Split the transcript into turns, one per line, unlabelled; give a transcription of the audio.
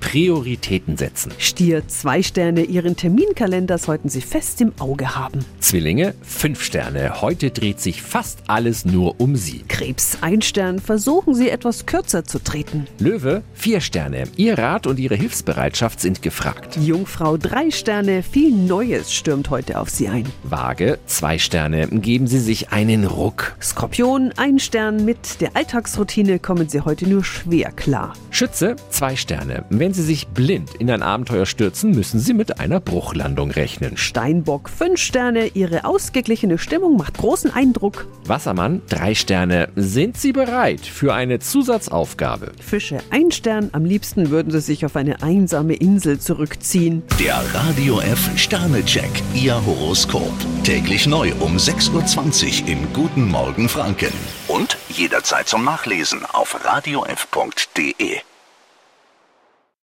Prioritäten setzen.
Stier, zwei Sterne, Ihren Terminkalender sollten Sie fest im Auge haben.
Zwillinge, fünf Sterne. Heute dreht sich fast alles nur um Sie.
Krebs, ein Stern, versuchen Sie etwas kürzer zu treten.
Löwe, vier Sterne. Ihr Rat und Ihre Hilfsbereitschaft sind gefragt.
Jungfrau, drei Sterne, viel Neues stürmt heute auf Sie ein.
Waage, zwei Sterne. Geben Sie sich einen Ruck.
Skorpion, ein Stern, mit der Alltagsroutine kommen Sie heute nur schwer klar.
Schütze, zwei Sterne. Wenn Sie sich blind in ein Abenteuer stürzen, müssen Sie mit einer Bruchlandung rechnen.
Steinbock, fünf Sterne, Ihre ausgeglichene Stimmung macht großen Eindruck.
Wassermann, drei Sterne. Sind Sie bereit für eine Zusatzaufgabe?
Fische, ein Stern, am liebsten würden Sie sich auf eine einsame Insel zurückziehen.
Der Radio F Sternecheck. Ihr Horoskop. Täglich neu um 6.20 Uhr im Guten Morgen Franken. Und jederzeit zum Nachlesen auf radiof.de.